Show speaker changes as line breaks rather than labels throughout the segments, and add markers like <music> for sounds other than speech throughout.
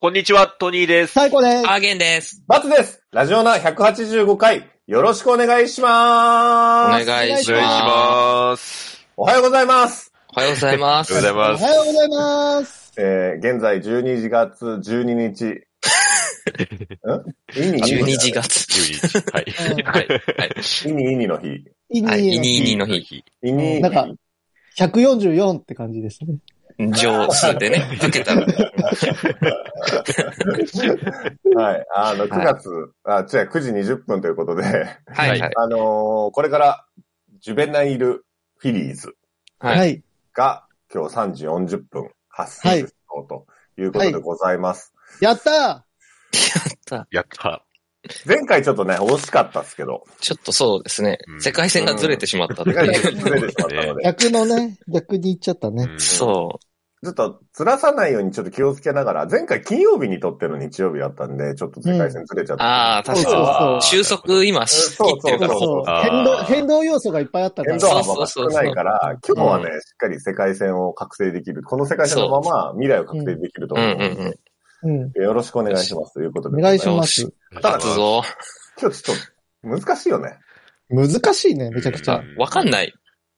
こんにちは、トニーです。
最高です。
アーゲンです。
バツです。ラジオナ185回、よろしくお願いし
お
ま
願
ー
い
す。
し
お願いしま
ます。
す。
おはようございます。
おはようございま
おは
す。
ようござい
お
ます。
はようございます。
えー、現在12月12日。
<laughs>
んイニイニ
12時月。
11
うん
はい。
イニイニの日。
いいね
はい、イニイニの日。
イニイニ。
なんか、144って感じですね。
上数でね、かけたら。
はい。あの、9月、あ、違う、9時20分ということで、
はいはい。
あのーこれから、ジュベナイルフィリーズ
はい
はい。
が、今日3時40分発生しようということでございます。
やった
やった。
前回ちょっとね、惜しかったですけど、
ちょっとそうですね
う。ん
世界線がずれてしまったって
意外
いう。
とずれてしまったので
ー、逆のね、逆に行っちゃったね。
うん
そ
ちょっと、ずらさないようにちょっと気をつけながら、前回金曜日に撮ってるの日曜日だったんで、ちょっと世界線ずれちゃっ
う。
た。
ああ、確
そ
か
うそうそう
に。収束今しきってる
そ
か
う
ら。
そう。
あー
変動、変動要素がいっぱいあったから。
変動
そう
幅が少ないから、
う
今日はね、しっかり世界線を覚醒できる。この世界線のまま未来を確定できると
うんう
思うので、
んうん。
うん。
よろしくお願いしますということ
お
で。
願いします。
ただ
勝つぞ。
今日ちょっと難しいよね。
難しいね、めちゃくちゃ。
わかんない。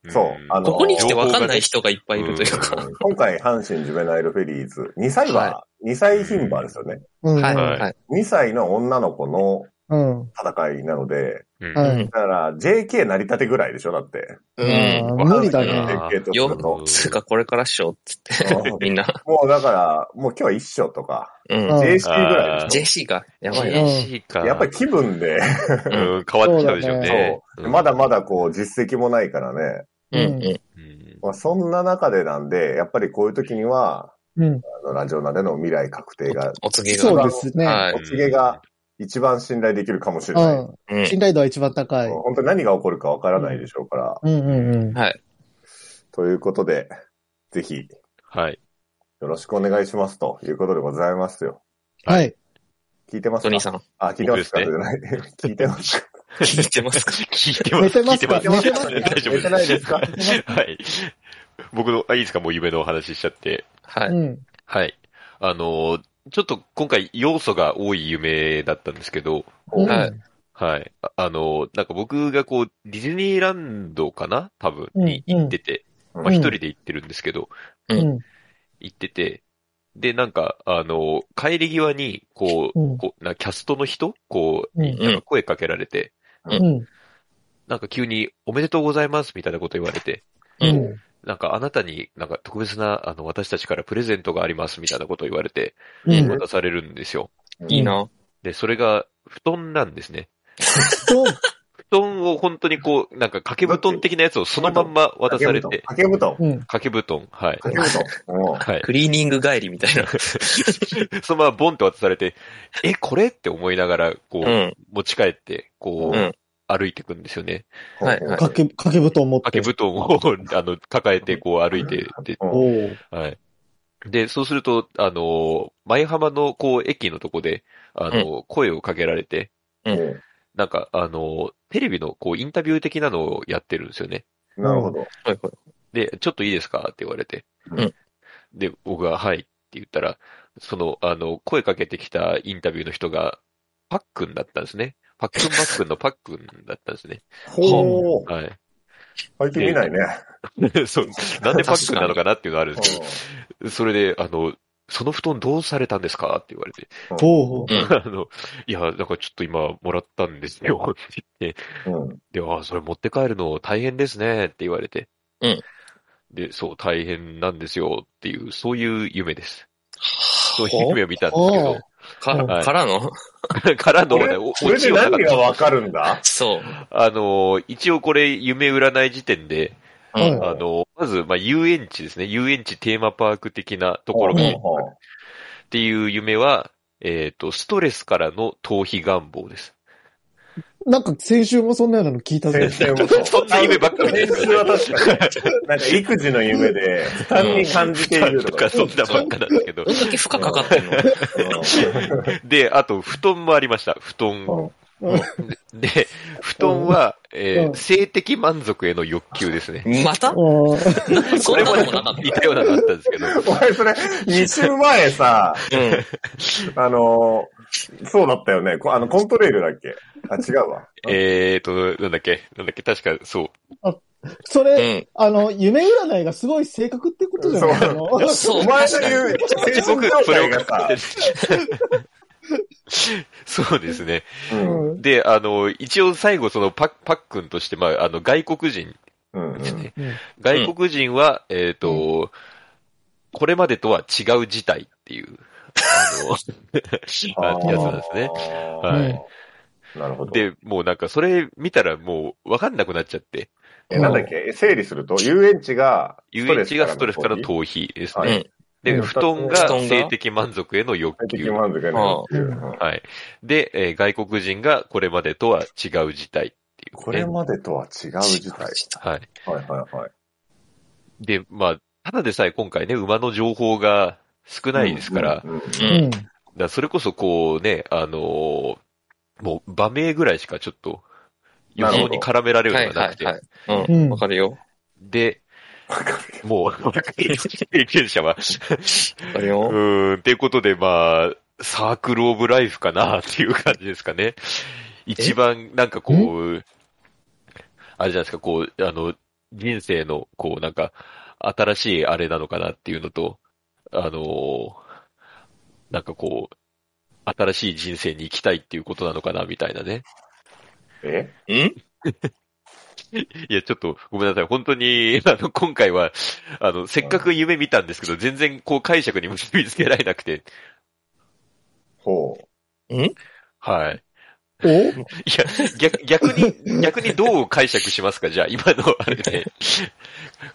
そう。あの、
ここに来てわかんない人がいっぱいいるというか。
うん今回、阪神ジュベナイルフェリーズ、2歳馬、2歳牝馬ですよね。
うん。
はい
は
はい。
2歳の女の子の
うん。
戦いなので、
うん
は
う
い
ん。
だから JK 成り立てぐらいでしょだって。
うん。
あー無理だ
わかんない
ね。
な
JK とすると
よ、つうかこれからっしょっつって
うん。
みんな。
もうだから、もう今日は一章とか、
うん。
うん
JC ぐらいでし
JC が、やばいな。
嬉しいか。
ょ。やっぱり気分
う
で、
ん、変わっちゃうでしょうね。
そう。まだまだこう実績もないからね。
うんうん。
うん。
まあそんな中でなんで、やっぱりこういう時には、
うん。
あのラジオなでの未来確定が、
お告げ
そ
が。
うですね。
はい。
お告げが一番信頼できるかもしれ
う
ない。
ん。
うん。
信頼度は一番高い。
本当に何が起こるかわからないでしょうから。
うんうんうん。
ということで、ぜひ、よ
はい。
ろしくお願いしますということでございますよ。
はい
はい。
聞いてますか
トニーさん、
あ、聞いてますかじ
僕
ゃない。聞いてますか
聞いてますか
聞いてます。
寝てますか
聞い
寝てますか
大丈夫
寝てないですか
はい。僕の、あ、いいですかもう夢のお話ししちゃって。
は
う
い。
ん。
はい。あのー、ちょっと今回要素が多い夢だったんですけど、
うん
はい
はい。ああのー、なんか僕がこう、ディズニーランドかな多分、に
うんうん
行ってて、ま
う
あ
ん
一人で行ってるんですけど、
うん。
行ってて、で、なんか、あのー、帰り際に、こう、
うん
こうなキャストの人こう、
うん
なんか声かけられて、
うん。
なんか急に、おめでとうございますみたいなこと言われて、
う
うん。
ん。
なんかあなたになんか特別な、あの、私たちからプレゼントがありますみたいなこと言われて、
うん。
渡されるんですよ。
いいな。
で、それが、布団なんですね。
そう。
布団を本当にこう、なんか掛け布団的なやつをそのまんま渡されて、
掛け布団。
うん。
掛け布団、はい。
掛け布団。うん
はい。
クリーニング帰りみたいな。
そのままボンって渡されて、え、これって思いながら、こ
う
う、
ん。
持ち帰って、こ
うん
う、歩いていくんですよね。
はいはい
かけ、かけ布団持っ
掛
て。
け布団を、 <laughs> あの、抱えて、こう歩いてて、
うん
おー
はい。で、そうすると、あの、舞浜の、こう、駅のとこで、あの、声をかけられて、
うん
なんか、あの、テレビの、こう、インタビュー的なのをやってるんですよね。
なるほど。
はいはい
で、ちょっといいですかって言われて。
うん
で、僕が、はいって言ったら、その、あの、声かけてきたインタビューの人が、パックンだったんですね。パックンパックン
<laughs>
のパックンだったんですね。
ほう。
はい。
最近見ないね。
<laughs>
そう、なんでパックンなのかなっていうのはあるんですけど、それで、あの、その布団どうされたんですかって言われて、
ほうほ
うん
<laughs> あの、いや、なんかちょっと今もらったんですよって言って、
うん
で、ああ、それ持って帰るの大変ですねって言われて、
うん
で、そう、大変なんですよっていう、そういう夢です。そういう
ほ
夢を見たんですけど、は
か、
い
からの
<laughs> からの
こ
ね、
れ
お
これ
落ち
で
ようなか
何
っ
がわかるんだ
そう。
た。あのー、一応これ夢占い時点で、
う
はい
ん。
あのー、まず、まあ、遊園地ですね。遊園地テーマパーク的なところ
う
が
ん
っ
う
ていう夢は、えっと、ストレスからの逃避願望です。
う。なんか先週もそんなようなの聞いた
ん
ぜ
先。生もう
そんな夢ばっかりで
先
す
週は確かに。なんか育児の夢で、負担に感じている
と
と
か、
か。
そんなばっかなんですけど
ど。んだけ負荷かかってんの
うん
で、あと、布団もありました。布団。で、布団は、えー
うん
性的満足への欲求ですね。
また
うん
そ
これ
れ
ま
ま
で
で
もなか
もなか
っ。
った
似たようなのあったんですけど。
お前それ、2週前さ、
た。うん。
あのーそうだったよね。こあの、コントレイルだっけあ、違うわ。
えーと、なんだっけなんだっけ確か、そう。
そうれ、
ん。
あの、夢占いがすごい正確ってことじゃない
そう
あの
そう。
お前の
確かに
言う、精神
僕、
状
それを
態がさ、
<laughs> そうですね。
うん。
うん
で、あの、一応最後、そのパッ、パックンとして、まあ、あの、外国人
うん。
ですね。
うん
外国人は、えっ、と、これまでとは違う事態っていう、あ <laughs> の、あ <laughs> やつなんですね。
あ
はい
ー。なるほど。
で、もうなんか、それ見たらもう、わかんなくなっちゃって、
え、なんだっけ整理すると、遊園地が、
遊園地がストレスからの逃避です
は
ね。
い
で、
うん
布団が
布団が
性的満足への欲
快適
求。
満足やね
あ
ー
うん
はい。で、えー外国人がこれまでとは違う事態っていう、ね。
これまでとは違う事態。
はい。
はいはいはい。
で、まあ、ただでさえ今回ね、馬の情報が少ないですから、だか
うん。うんうん
う。
うんん。
らそれこそこうね、あのーもう場名ぐらいしかちょっと予想に絡められる
は
の
い
がな
は
く
い
て、
はい。
う
うんん。わかるよ。
で、
わかる
もう、 <laughs> 経験者は、
わかる
う
よ。
ーん、っていうことでまあ、サークルオブライフかなっていう感じですかね。一番なんかこう、あれじゃないですか、こう、あの、人生の、こうなんか、新しいあれなのかなっていうのと、あのーなんかこう、新しい人生に行きたいっていうことなのかなみたいなね。
え
うん
いや、ちょっとごめんなさい。本当に、 <laughs> あの、今回は、あの、せっかく夢見たんですけど、全然こう解釈 <laughs> に結びつけられなくて、
ほ
はい。
お
いや、逆、逆に、逆にどう解釈しますかじゃあ、今のあれで、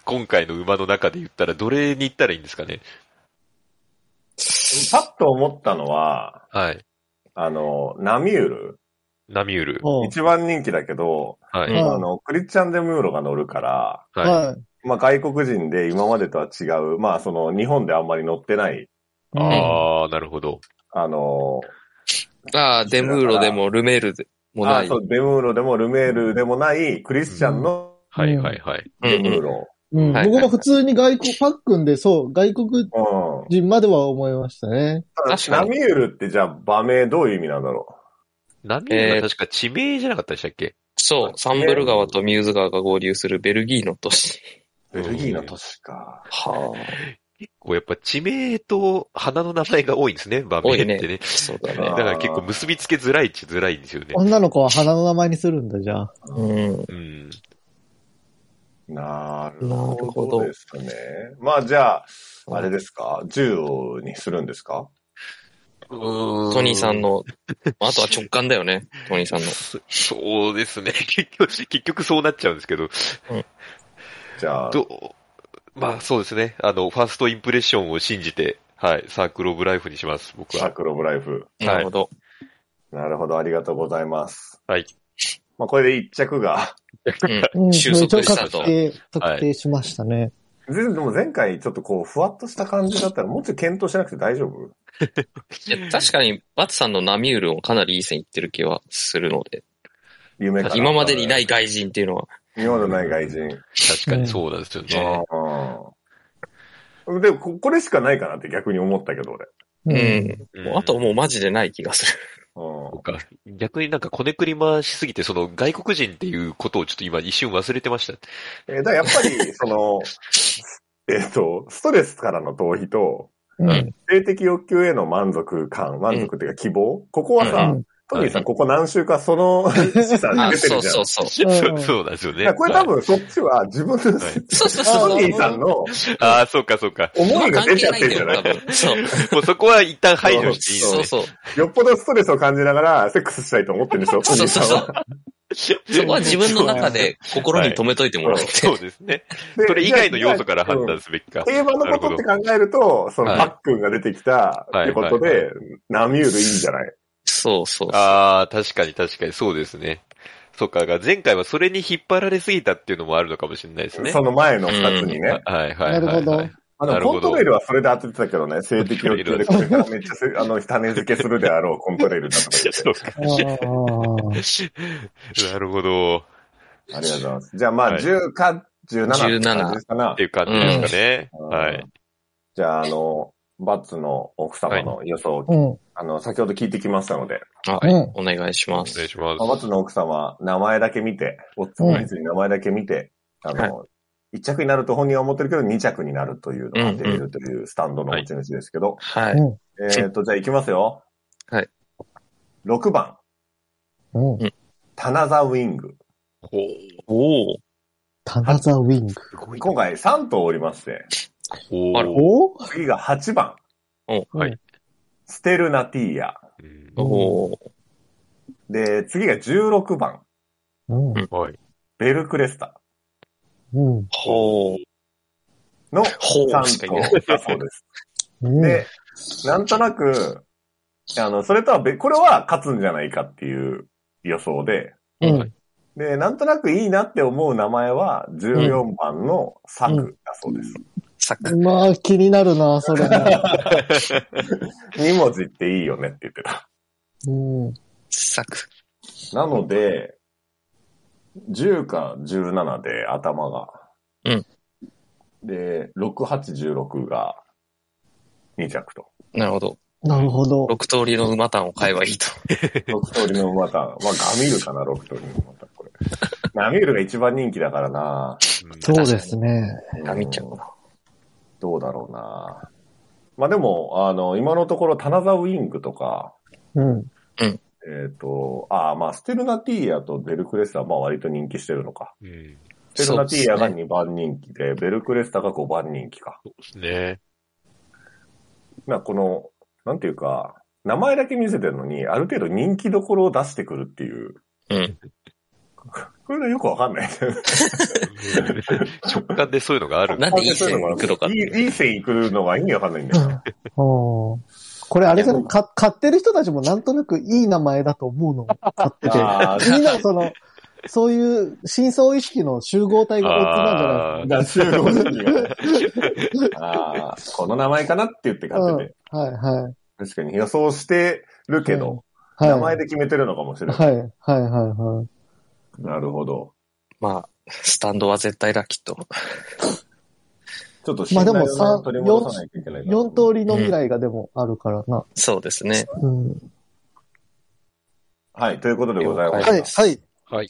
今回の馬の中で言ったら、どれに行ったらいいんですかね
う。パッと思ったのは、
はい。
あの、ナミュール。
ナミュール。
うん
一番人気だけど、
はい。
うん
あの、クリスチャン・デ・ムーロが乗るから、
はい。
はい。
まあ外国人で今までとは違う、まあその日本であんまり乗ってない、
あー、なるほど。
あの、
ああ、デムーロでもルメールでもな
あ
い。
そうデ・ムーロでもルメールでもないクリスチャンの
はい、はい、はい。
うん
デ・ムー
うん。
ロ。
うんうん
はい
僕も普通に外国、パックンでそう、外国
うん。
人までは思いましたね。
ただ
確か
ナ
に
ミュールってじゃあ場名どういう意味なんだろ
ナミュールは確か地名じゃなかったでしたっけ
そう、サンブル川とミューズ川が合流するベルギーの都市。
うベルギーの都市か。
はあ。
結構やっぱ地名と花の名前が多いんですね、場面
多
って
い
ね。
ねそうだ
だ
ね。
から結構結びつけづらいっちゃづらいんですよね。
女の子は花の名前にするんだ、じゃあ。
うん。
うん。
なる
なる
ほ
ほ
ど
ど
ですね。まあじゃあ、あれですか銃にするんですか
ト
ト
ニーさんの、あとは直感だよね。トニーさんの。
そそうですね。結局、結局そうなっちゃうんですけど。
じゃあ、
どうまあそうですね。あの、ファーストインプレッションを信じて、はい、サークルオブライフにします、僕
サー
は。
クルオブライフ。
い
なるほど。
なるほど、ありがとうございます。
はい。
まあこれで一着が、 <laughs>
うん。
うん、
収束
一応
した
確
と。
定、確定しましたね。
全然でも前回ちょっとこう、ふわっとした感じだったら、もうちょい検討しなくて大丈夫
いや確かに、バツさんのナミュールをかなりいい線いってる気はするので、
夢から。。
今までにないい外人っていうのは、
今までない外人。
確かにそうなんですよね。
うん。でもこ、これしかないかなって逆に思ったけど、俺。
う。
うん
もうあと
う
もうマジでない気がする。
うん
ん。か逆になんかこねくり回しすぎて、その外国人っていうことをちょっと今一瞬忘れてました。
えーだからやっぱり、その、えっと、ストレスからの逃避と、
うん。
性的欲求への満足感、満足っていうか希望、ここはさ、
うん
トニーさん、ここ何週かその資産
あ、
出て
そ
る
う
じゃん。
そうそう。
そう
うん
そうなんですよ
だ
ね。
<laughs> からこれ多分そっちは自分
は
の、
い
そうそう
ト
そう。
ニーさんの
ああ、そうかそうか。
思いが出ちゃってるんじゃない
まあ関係ないんだよ多分そう。
もうそこは一旦排除していいよ
そう
ね。
そう。
よっぽどストレスを感じながら、セックスしたいと思ってるんでしょ、ト
そう
ニ
そ
ー
うそ
さ
うん
は。
そこは自分の中で心に留めといてもらって。
そうですね。それ以外の要素から判断すべきか。
定番のことって考えると、その
はい
パックンが出てきたってこと
はいはい
で、ナミュールいいんじゃない
そうそうそう。
ああ、確かに確かにそうですね。そっか、が前回はそれに引っ張られすぎたっていうのもあるのかもしれないですね。
その前の二つにね。
はいはいはい、はい。
なるほど
あの
なる
コ
ほ
ン
ど
トレールはそれで当ててたけど
<laughs>
ね、性的欲求でこれからめっちゃせ、あの、種付けするであろうコントレールだとか言って
<laughs> そうか。
あー
なるほど。
ありがとうございます。じゃあまあ、
はい
10か17って感じですかな
っていう感じですかね。
うん
はい。
じゃあ、あの、バッツの奥様の予想、
うん。
あの、先ほど聞いてきましたので、
あ、
うん
お願いし
お
ま
願い
す。
しま
まあバッ
す。
ツの奥様、名前だけ見て、オッズの率に名前だけ見て、あの、1着になると本人は思ってるけど、2着になるというのが出ているというスタンドの持ち主ですけど、
は
う
い。
ん
えっと、じゃあ行きますよ。
はい。
6番、
うん。
タナザウィング。
お
おお
タナザウィング。
すご
今回3頭おりまして、
お
あら
ー
お
次が8番、
はい。
ステルナティーヤ。
うん
おお
で、次が16番、
うん。
はい。
ベルクレスタ
うん。
ほう。
の
ほう。
3
しか言えない
頭だそうです。
うん。
で、なんとなく、あの、それとは別、これは勝つんじゃないかっていう予想で、
うん。
で、なんとなくいいなって思う名前は、14番のサクだそうです。
サク。
まあ、気になるな、
<laughs>
それは。
2文字っていいよねって言ってた。
うん。
サク。
なので、10か17で頭が。
うん
で、6、8、16が2着と。
なるほど。
なるほど。
6通りの馬単を買えばいいと。
6通りの馬タン。まあ、ガミールかな、6通りの馬タン、これ。ガミールが一番人気だからな
そうですね。
ガミちゃん
な。どうだろうなまあでも、あの、今のところ、タナザウィングとか、 <laughs>
うん。
えっ、と、ああ、まあ、ステルナティーヤとベルクレスタはまあ割と人気してるのか。
うん。
ステルナティーヤ
そう
が
ですね
2番人気で、ベルクレスタが5番人気か。
そうですね。
まあ、この、なんていうか、名前だけ見せてるのに、ある程度人気どころを出してくるっていう。
うん。
これがよくわかんない。
直感でそういうのがある。
なんでいい線に行くのかっ
い
ていう
い、いい線行くのが意味わかんないんだよな。
うんこれあれじゃないか買ってる人たちもなんとなくいい名前だと思うの。買って
あ
て。みんなその、そういう真相意識の集合体がオッズなんじゃない
あー
<laughs>
だ集合人気がね <laughs> ああ、この名前かなって言って買ってて。
はいはい。
確かに予想してるけど、
はい。
名前で決めてるのかもしれない。
はいはいはいはい。
なるほど。
まあ、スタンドは絶対だ、きっと。
ちょっと信頼
まあでもさ
をね取り戻さないといけないから。
4通りの未来がでもあるからな。
そうですね。
うん。
はい、ということでございま
はい
す。
はい。
はい。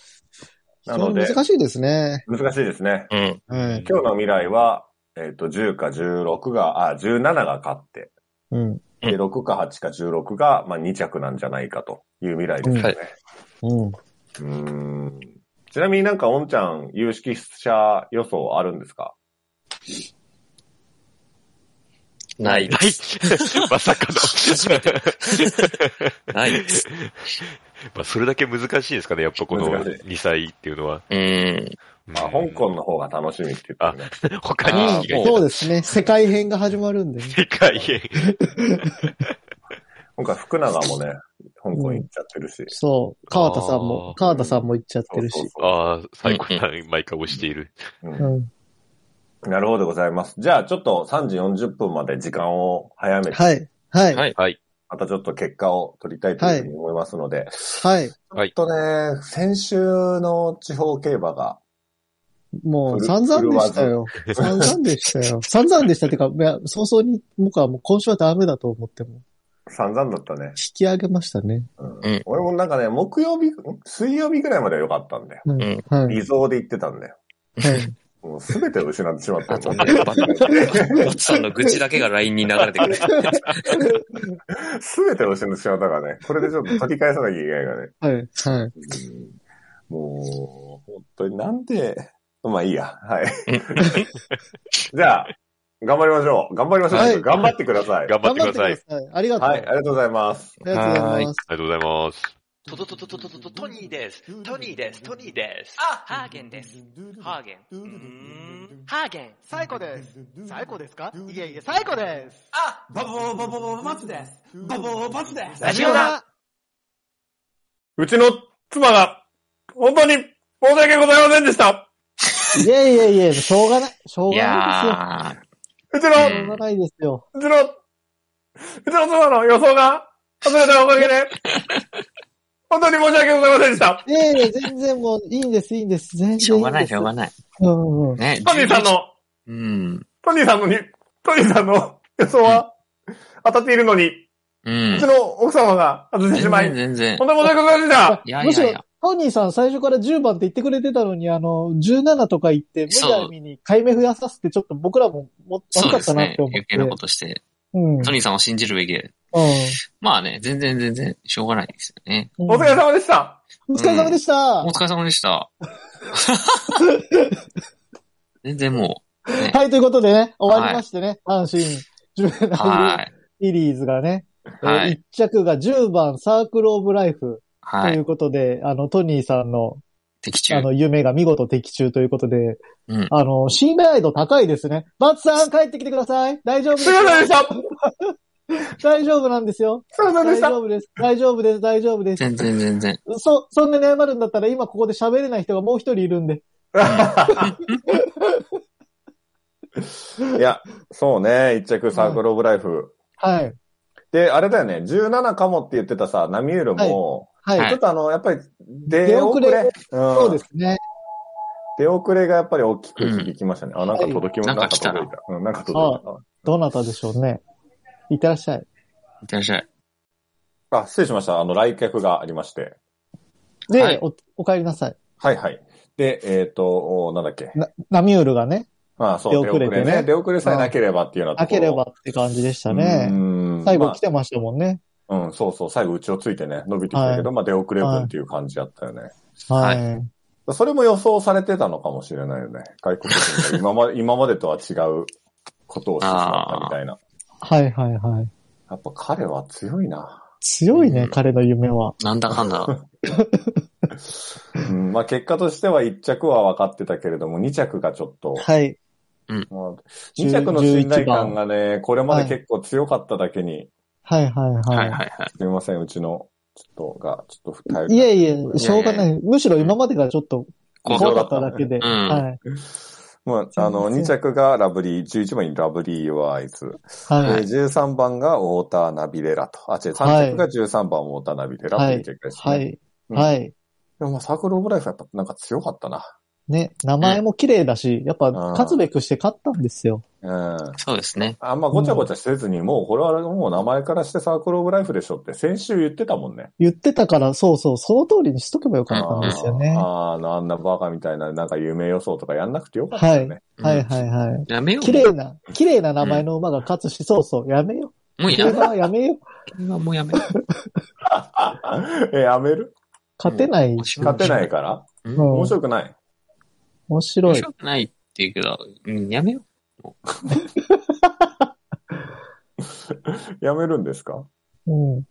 なので、
難しいですね。
難しいですね。
うん。
はい。
今日の未来は、えっ、と、10か16が、あ、17が勝って、
うん。
で、6か8か16が、まあ、2着なんじゃないかという未来ですよね。
うん。
うーんちなみになんか、おんちゃん、有識者予想あるんですか
ない
な
で
い
す。
<laughs> まさか
ないです。
の。 <laughs> まあ、それだけ難しいですかね、やっぱこの
難し
2歳っていうのは。
うん。
まあ、香港の方が楽しみって言ってね
うん。他に意識がい
そう
い。
ですね。世界編が始ま
<laughs>
るんでね。
世界へ。
今回、福永もね、香港行っちゃってるし。
そう。川田さん
あ
も
ー、
川田さんも行っちゃっ
そ
て
う
る
そう
し。
そう
ああ、最高さん、毎回押している。
うん
うん。
なるほどでございます。じゃあ、ちょっと3時40分まで時間を早めて、
はい。はい。
はい
またちょっと結果を取りたいというふうに思いますので、
はい。
ちょっとね、先週の地方競馬が、
もう散々でしたよ。散々でしたよ。 <laughs> 散々でしたってか、いや、早々に僕はもう今週はダメだと思っても、
散々だったね
引。き上げましたね。
うん
うん
俺もなんかね、木曜日、ん水曜日ぐらいまでは良かったんだよ。
うん。
うん
はい。
理想で行ってたんだよ。
はい
もう全てを失ってしまった
あ
も
と
ん
<laughs>
ね、バッツさんの愚痴だけが LINE に流れて <laughs> くる。
全てを失ってしまったからね。これでちょっと取り返さなきゃいけないからね。
はい。はい。
うんもう、本当になんで、 <laughs> まあいいや。はい。じゃあ、頑張りましょう。頑張りましょう。
はい
頑張ってください。
頑張ってください。
頑張ってください。ありがとう。
はい、ありがとうございます。
ありがとうございます。
ありがとうございます。
トトトトトトトトニーです。トニーです。トニーです。
あ、ハーゲンです。ハーゲン。うーんハーゲン。
最高です。最高ですかいえいえ、最高です。
あ、バボーバボーバツです。バボーバツです。
ラジオだ
うちの妻が、本当に申し訳ございませんでした。
いえいえいえ、しょうがない。しょう
い
がないですよ。
やー、
うちの、
しょうがないですよ。
うちの、うちの妻の予想が外れたおか
<laughs>
げで、本当に申し訳ございませんでした。
ええ全然もういいんです、いいんです。全然いいんです。
しょうがない、しょうがない。
うんうん。
<laughs> ね。
トニーさんの、
うん。
トニーさんのに、トニーさんの予想は当たっているのに、
う
うんち。の奥様が外れてし
全
まい
然、、全然。
本当に申し訳ございませんでした。
いやいやいや
むしろ、トニーさん最初から10番って言ってくれてたのに、あの、17とか言って、無
そう
駄にに買い目増やさせて、ちょっと僕らも、も、
そう
悪か
で
っ
す
たなっ
ね
て。思って。
余計なことして、
うん。
トニーさんを信じるべきで。
う
まあね、全然全然、しょうがないですよね。
ん。
お疲れ様でした。
お疲れ様でした。
お疲れ様でした。 <laughs> 全然もう、ね、
はい、ということでね、終わりましてね、阪神、ジュベナ
は
イルシリーズがね、
い。は
えー
い。
一着が10番サークルオブライフと
はいい。
うことで、あの、トニーさんの、
的中
あ。の、夢が見事的中ということで、
うん
あの、信頼度高いですね。バツさん帰ってきてください。大丈夫です
すいませんでした。
<laughs>
す
大丈夫なんですよ。
いませんで
大
した。
丈夫です。大丈夫です。大丈夫です。
全然全然。
そ、そんなに謝るんだったら今ここで喋れない人がもう一人いるんで。
いや、そうね。一着サークルオブライフ。
はい。
で、あれだよね。17かもって言ってたさ、ナミュールも、
はい。
はい
ちょっとあの、やっぱり出遅れ。
出遅れ
うん
そうですね。
出遅れがやっぱり大きく響きましたね。あ、なんか届き
な
ま
んか来たな
なんか届いた。うん、なんか届い
どなたでしょうね。いってらっしゃい。
いってらっしゃい。
た。あ、失礼しました。あの、来客がありまして。
で、
はい
お、お帰りなさい。
はいはい。で、えっ、と、おなんだっけ。
な、ナミュールがね、
あそう、
出
出
遅
遅
れ
れ
てね
ね。出遅れさえなければっていうような
な
ところ
ければって感じでしたね。
うん
最後来てましたもんね。
まあうん、そうそう。最後、うちをついてね、伸びてきたけど、まあ、出遅れ分っていう感じだったよね。
は。
はい
それも予想されてたのかもしれないよね。外国人が
<laughs>
今ま今までとは違うことをしてしまったみたいな。
はいはいはい。
やっぱ彼は強いな。
強いね、
うん
彼の夢は。
なんだかんだ。
うん、まあ結果としては1着は分かってたけれども、2着がちょっと、
はい。
まあ、
10
2着の信頼感がね、これまで結構強かっただけに、
はいはい
はいはい
は
はい。
すみません、うちの、ちょっとが、ちょっと頼
い。
り
い
な
えいえ、しょうがない。むしろ今までがちょっと
怖
怖
か
か
っ
っただけで。
うん
はい。
まあ、あの、
全然
2着がラブリー、11番にラブリーワイズ。
は
で
い。
13番がウォーターナビレラと。あ、違う、
はい
3着が13番ウォーターナビレラ
は
と
い
いう結果ですね。
はい。
うん
はい。
でもまあ、サークルオブライフはやっぱなんか強かったな。
ね、名前も綺麗だし、やっぱ、
ん
勝つべくして勝ったんですよ。
うん。
た。そうですね。
あんまごちゃごちゃせずに、もうこれはもう名前からしてサークルオブライフでしょって先週言ってたもんね。
言ってたから、そうそう、その通りにしとけばよかったんですよね。は
あーあー、あんなバカみたいな、なんか有名予想とかやんなくてよかったよね。
うん
いはいはい。
やめよう。
綺麗な、綺麗な名前の馬が勝つし、そうそう、やめよ
もう
う。
や
競
めよ
馬はやめよう。
う。もうやめよう。
<laughs> え、やめる
勝てない。
面白
勝てないから
うん
うん
面白くない。
面白
面
い。
白くないって言うけど、うん、やめよ
やめるんですか
うん。
う。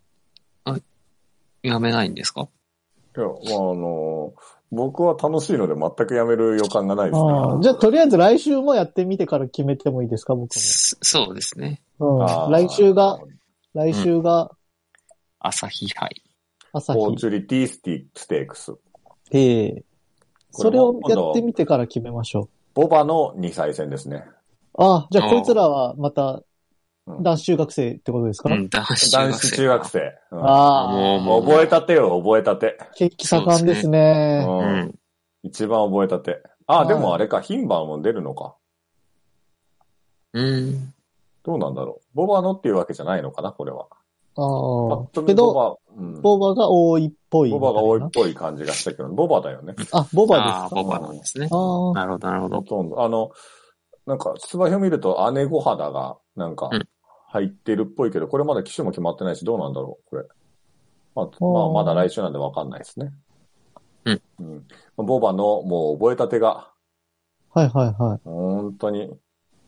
やめないんですか
いや、まあ、あの僕は楽しいので全くやめる予感がないですね。
ああじゃあ、とりあえず来週もやってみてから決めてもいいですか、僕
そそうですね。
も。う
あー
ん。来週が、来週が、
朝日杯。
朝
フォー
日。
チュリティスティステークス。
ええ
こ
それ
れも
をやってみてから決めましょう。
ボバの2歳戦ですね。
ああ、じゃあ、
あー
こいつらはまた、
うん
男子中学生ってことですか、
うん、男子中
男
学生。
子中学生。うん
ああ、
もう、もう、
覚えたてよ、覚えたて。
血気盛んですね。
う
うんん。
一番覚えたて。あ
は
あ、
い
でもあれか、牝馬も出るのか。
うん。
どうなんだろう。ボバのっていうわけじゃないのかな、これは。パ
あ
ッと
あ。
見
けど、
ボバ、うんボ
ボバが多いっぽいみたいな。
バが多いっぽい感じがしたけど、ボバだよね。
あ、ボ
あ
バで
あ、
す
ボバなんですね
か。。ああ。
なるほど、なるほ
ほ
ど。
とんど。あの、なんか、出馬表見ると姉御肌が、なんか
うん、
入ってるっぽいけど、これまだ機種も決まってないし、どうなんだろう、これ。まあ、
ー
まあ、まだ来週なんでわかんないですね。
うん。
うん。ボバの、もう、覚えたてが、
はいはいはい。
本当に、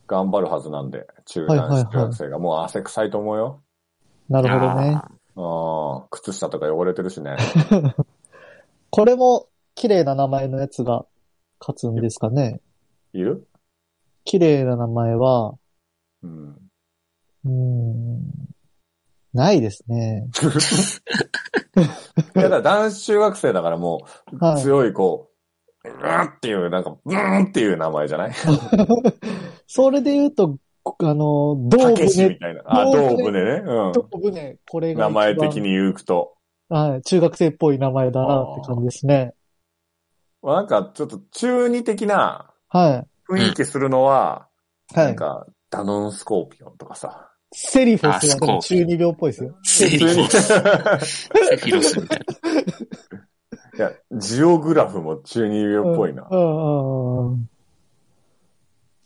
頑張るはずなんで、中男子中学生が、もう汗臭いと思うよ。
なるほどね。
あー。
ああ、靴下とか汚れてるしね。
これも、綺麗な名前のやつが勝つんですかね。
いる
綺麗な名前は、
うん。
うーん、ないですね。
いや、だから男子中学生だからも
は
う、
い
強い、こう、うーんっていう、なんか、うーんっていう名前じゃない
それで言うと、あの、
た
同
けし
船
み、たいな。あ、
同
同
部
船ね。
同
う
船、これ
ん。
が
名
一番。
前的に言うと。
はい、中学生っぽい名前だなって感じですね。
まあなんか、ちょっと中二的な
は
雰囲気するのは、
い。は
なん
い。
か、ダノンスコーピオンとかさ。
セリフォスはでも
あそ
中二病っぽいですよ。
セリフォス。セフィロスみたいな。
<laughs> いや、ジオグラフも中二病っぽいな。
うんうん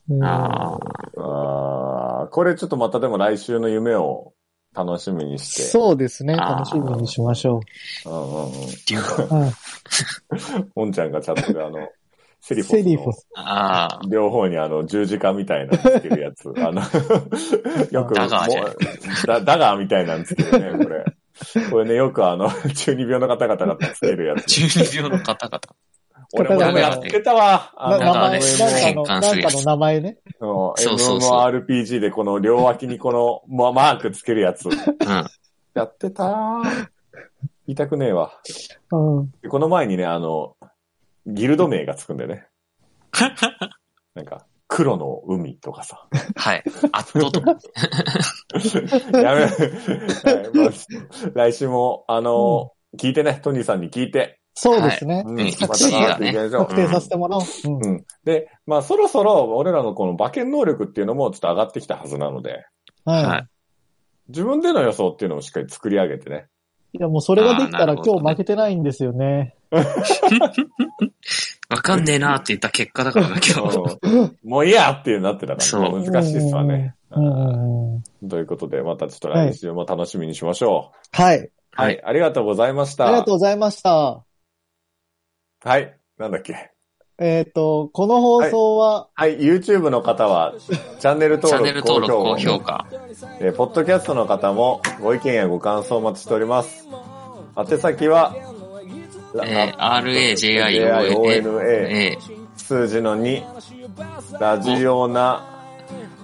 うん。あ。
あ
あーこれちょっとまたでも来週の夢を楽しみにして。
そうですね。
あー
楽しみにしましょ
うんうんうん。 <laughs>
う。はい
おんちゃんがチャットで
<laughs>
あの、セリフ
セリフ
ォ
ォ
ス
ス。
あ。ああ。
の両方にあの十字架みたいなのつけるや
<laughs>
つ。あの、 <laughs> よく、
ダガーじゃん
もうだダガーみたいなんつけるね、
<laughs>
これ。これね、よくあの、中二病の方々がつける
<laughs>
やつ。
中二病の方々。
俺も
方々
やってたわ。
な
あ
ダ
名
の
ガ
前、なんかの、な
ーで変換す
ん
る
か
やつ
の名前ね。
あの
そうそうそう
MMORPG でこの両脇にこのまマークつけるやつ。
うん。
やってたー。言いたくねえわ。
うん。
でこの前にね、あの、ギルド名がつくんだよ
<laughs>
ね。なんか、黒の海とかさ。
はい。あっとと。
やめ、はいもう来週も、あの、聞いてね、トニーさんに聞いて、
そうですね。
うん
うん
また頑張っていきましょう
確定させてもらおう。うん
うん。で、まあそろそろ俺らのこの馬券能力っていうのもちょっと上がってきたはずなので、
は
はいい。
自分での予想っていうのをしっかり作り上げてね。
いや、もうそれができた
あーな
ら
るほどね
今日負けてないんですよね。
わかんねえなって言った結果だからな、
<laughs>
今日。
うんもういいやっていうなってたか
そ
ら、
う
難しいっすわね。
うんうん。
ということで、またちょっと来週も楽しみにしましょ
はい。
う。
はい
はい、ありがとうございました。
ありがとうございました。
はい。なんだっけ。
えっと、この放送は、
はい、YouTube の方は、チャンネル
チャ
登
ンネ
録、
ル登録、
高
高
評
評
価。
価。
えーポッドキャストの方も、ご意見やご感想をお待ちしております。宛先は、
えー、
RAJIONA、
RAJIONA
数字の2、ラジオナ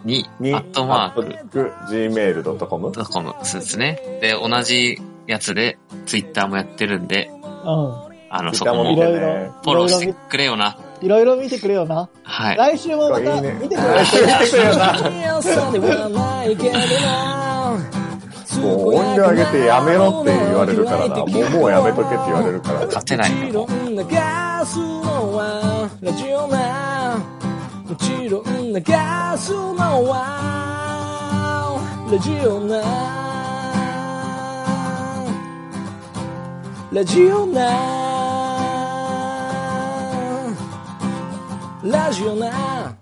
に、
に、
アットマーク、
ク、gmail.com。
ドットコム。そうですね。で、同じやつで、ツイッターもやってるんで、
う
あの、そ
歌
こ
も
も
見
い
て
ろい
ね
ろ。
フォローしてくれよな。
いろいろ見てくれよな。
はい。
来週もま
い
た
いね
見てくれよ。
見てくれよな。 <laughs> もう音量上げてやめろって言われるからな。もうもうやめとけって言われるからな。
勝てないの。
ラジオな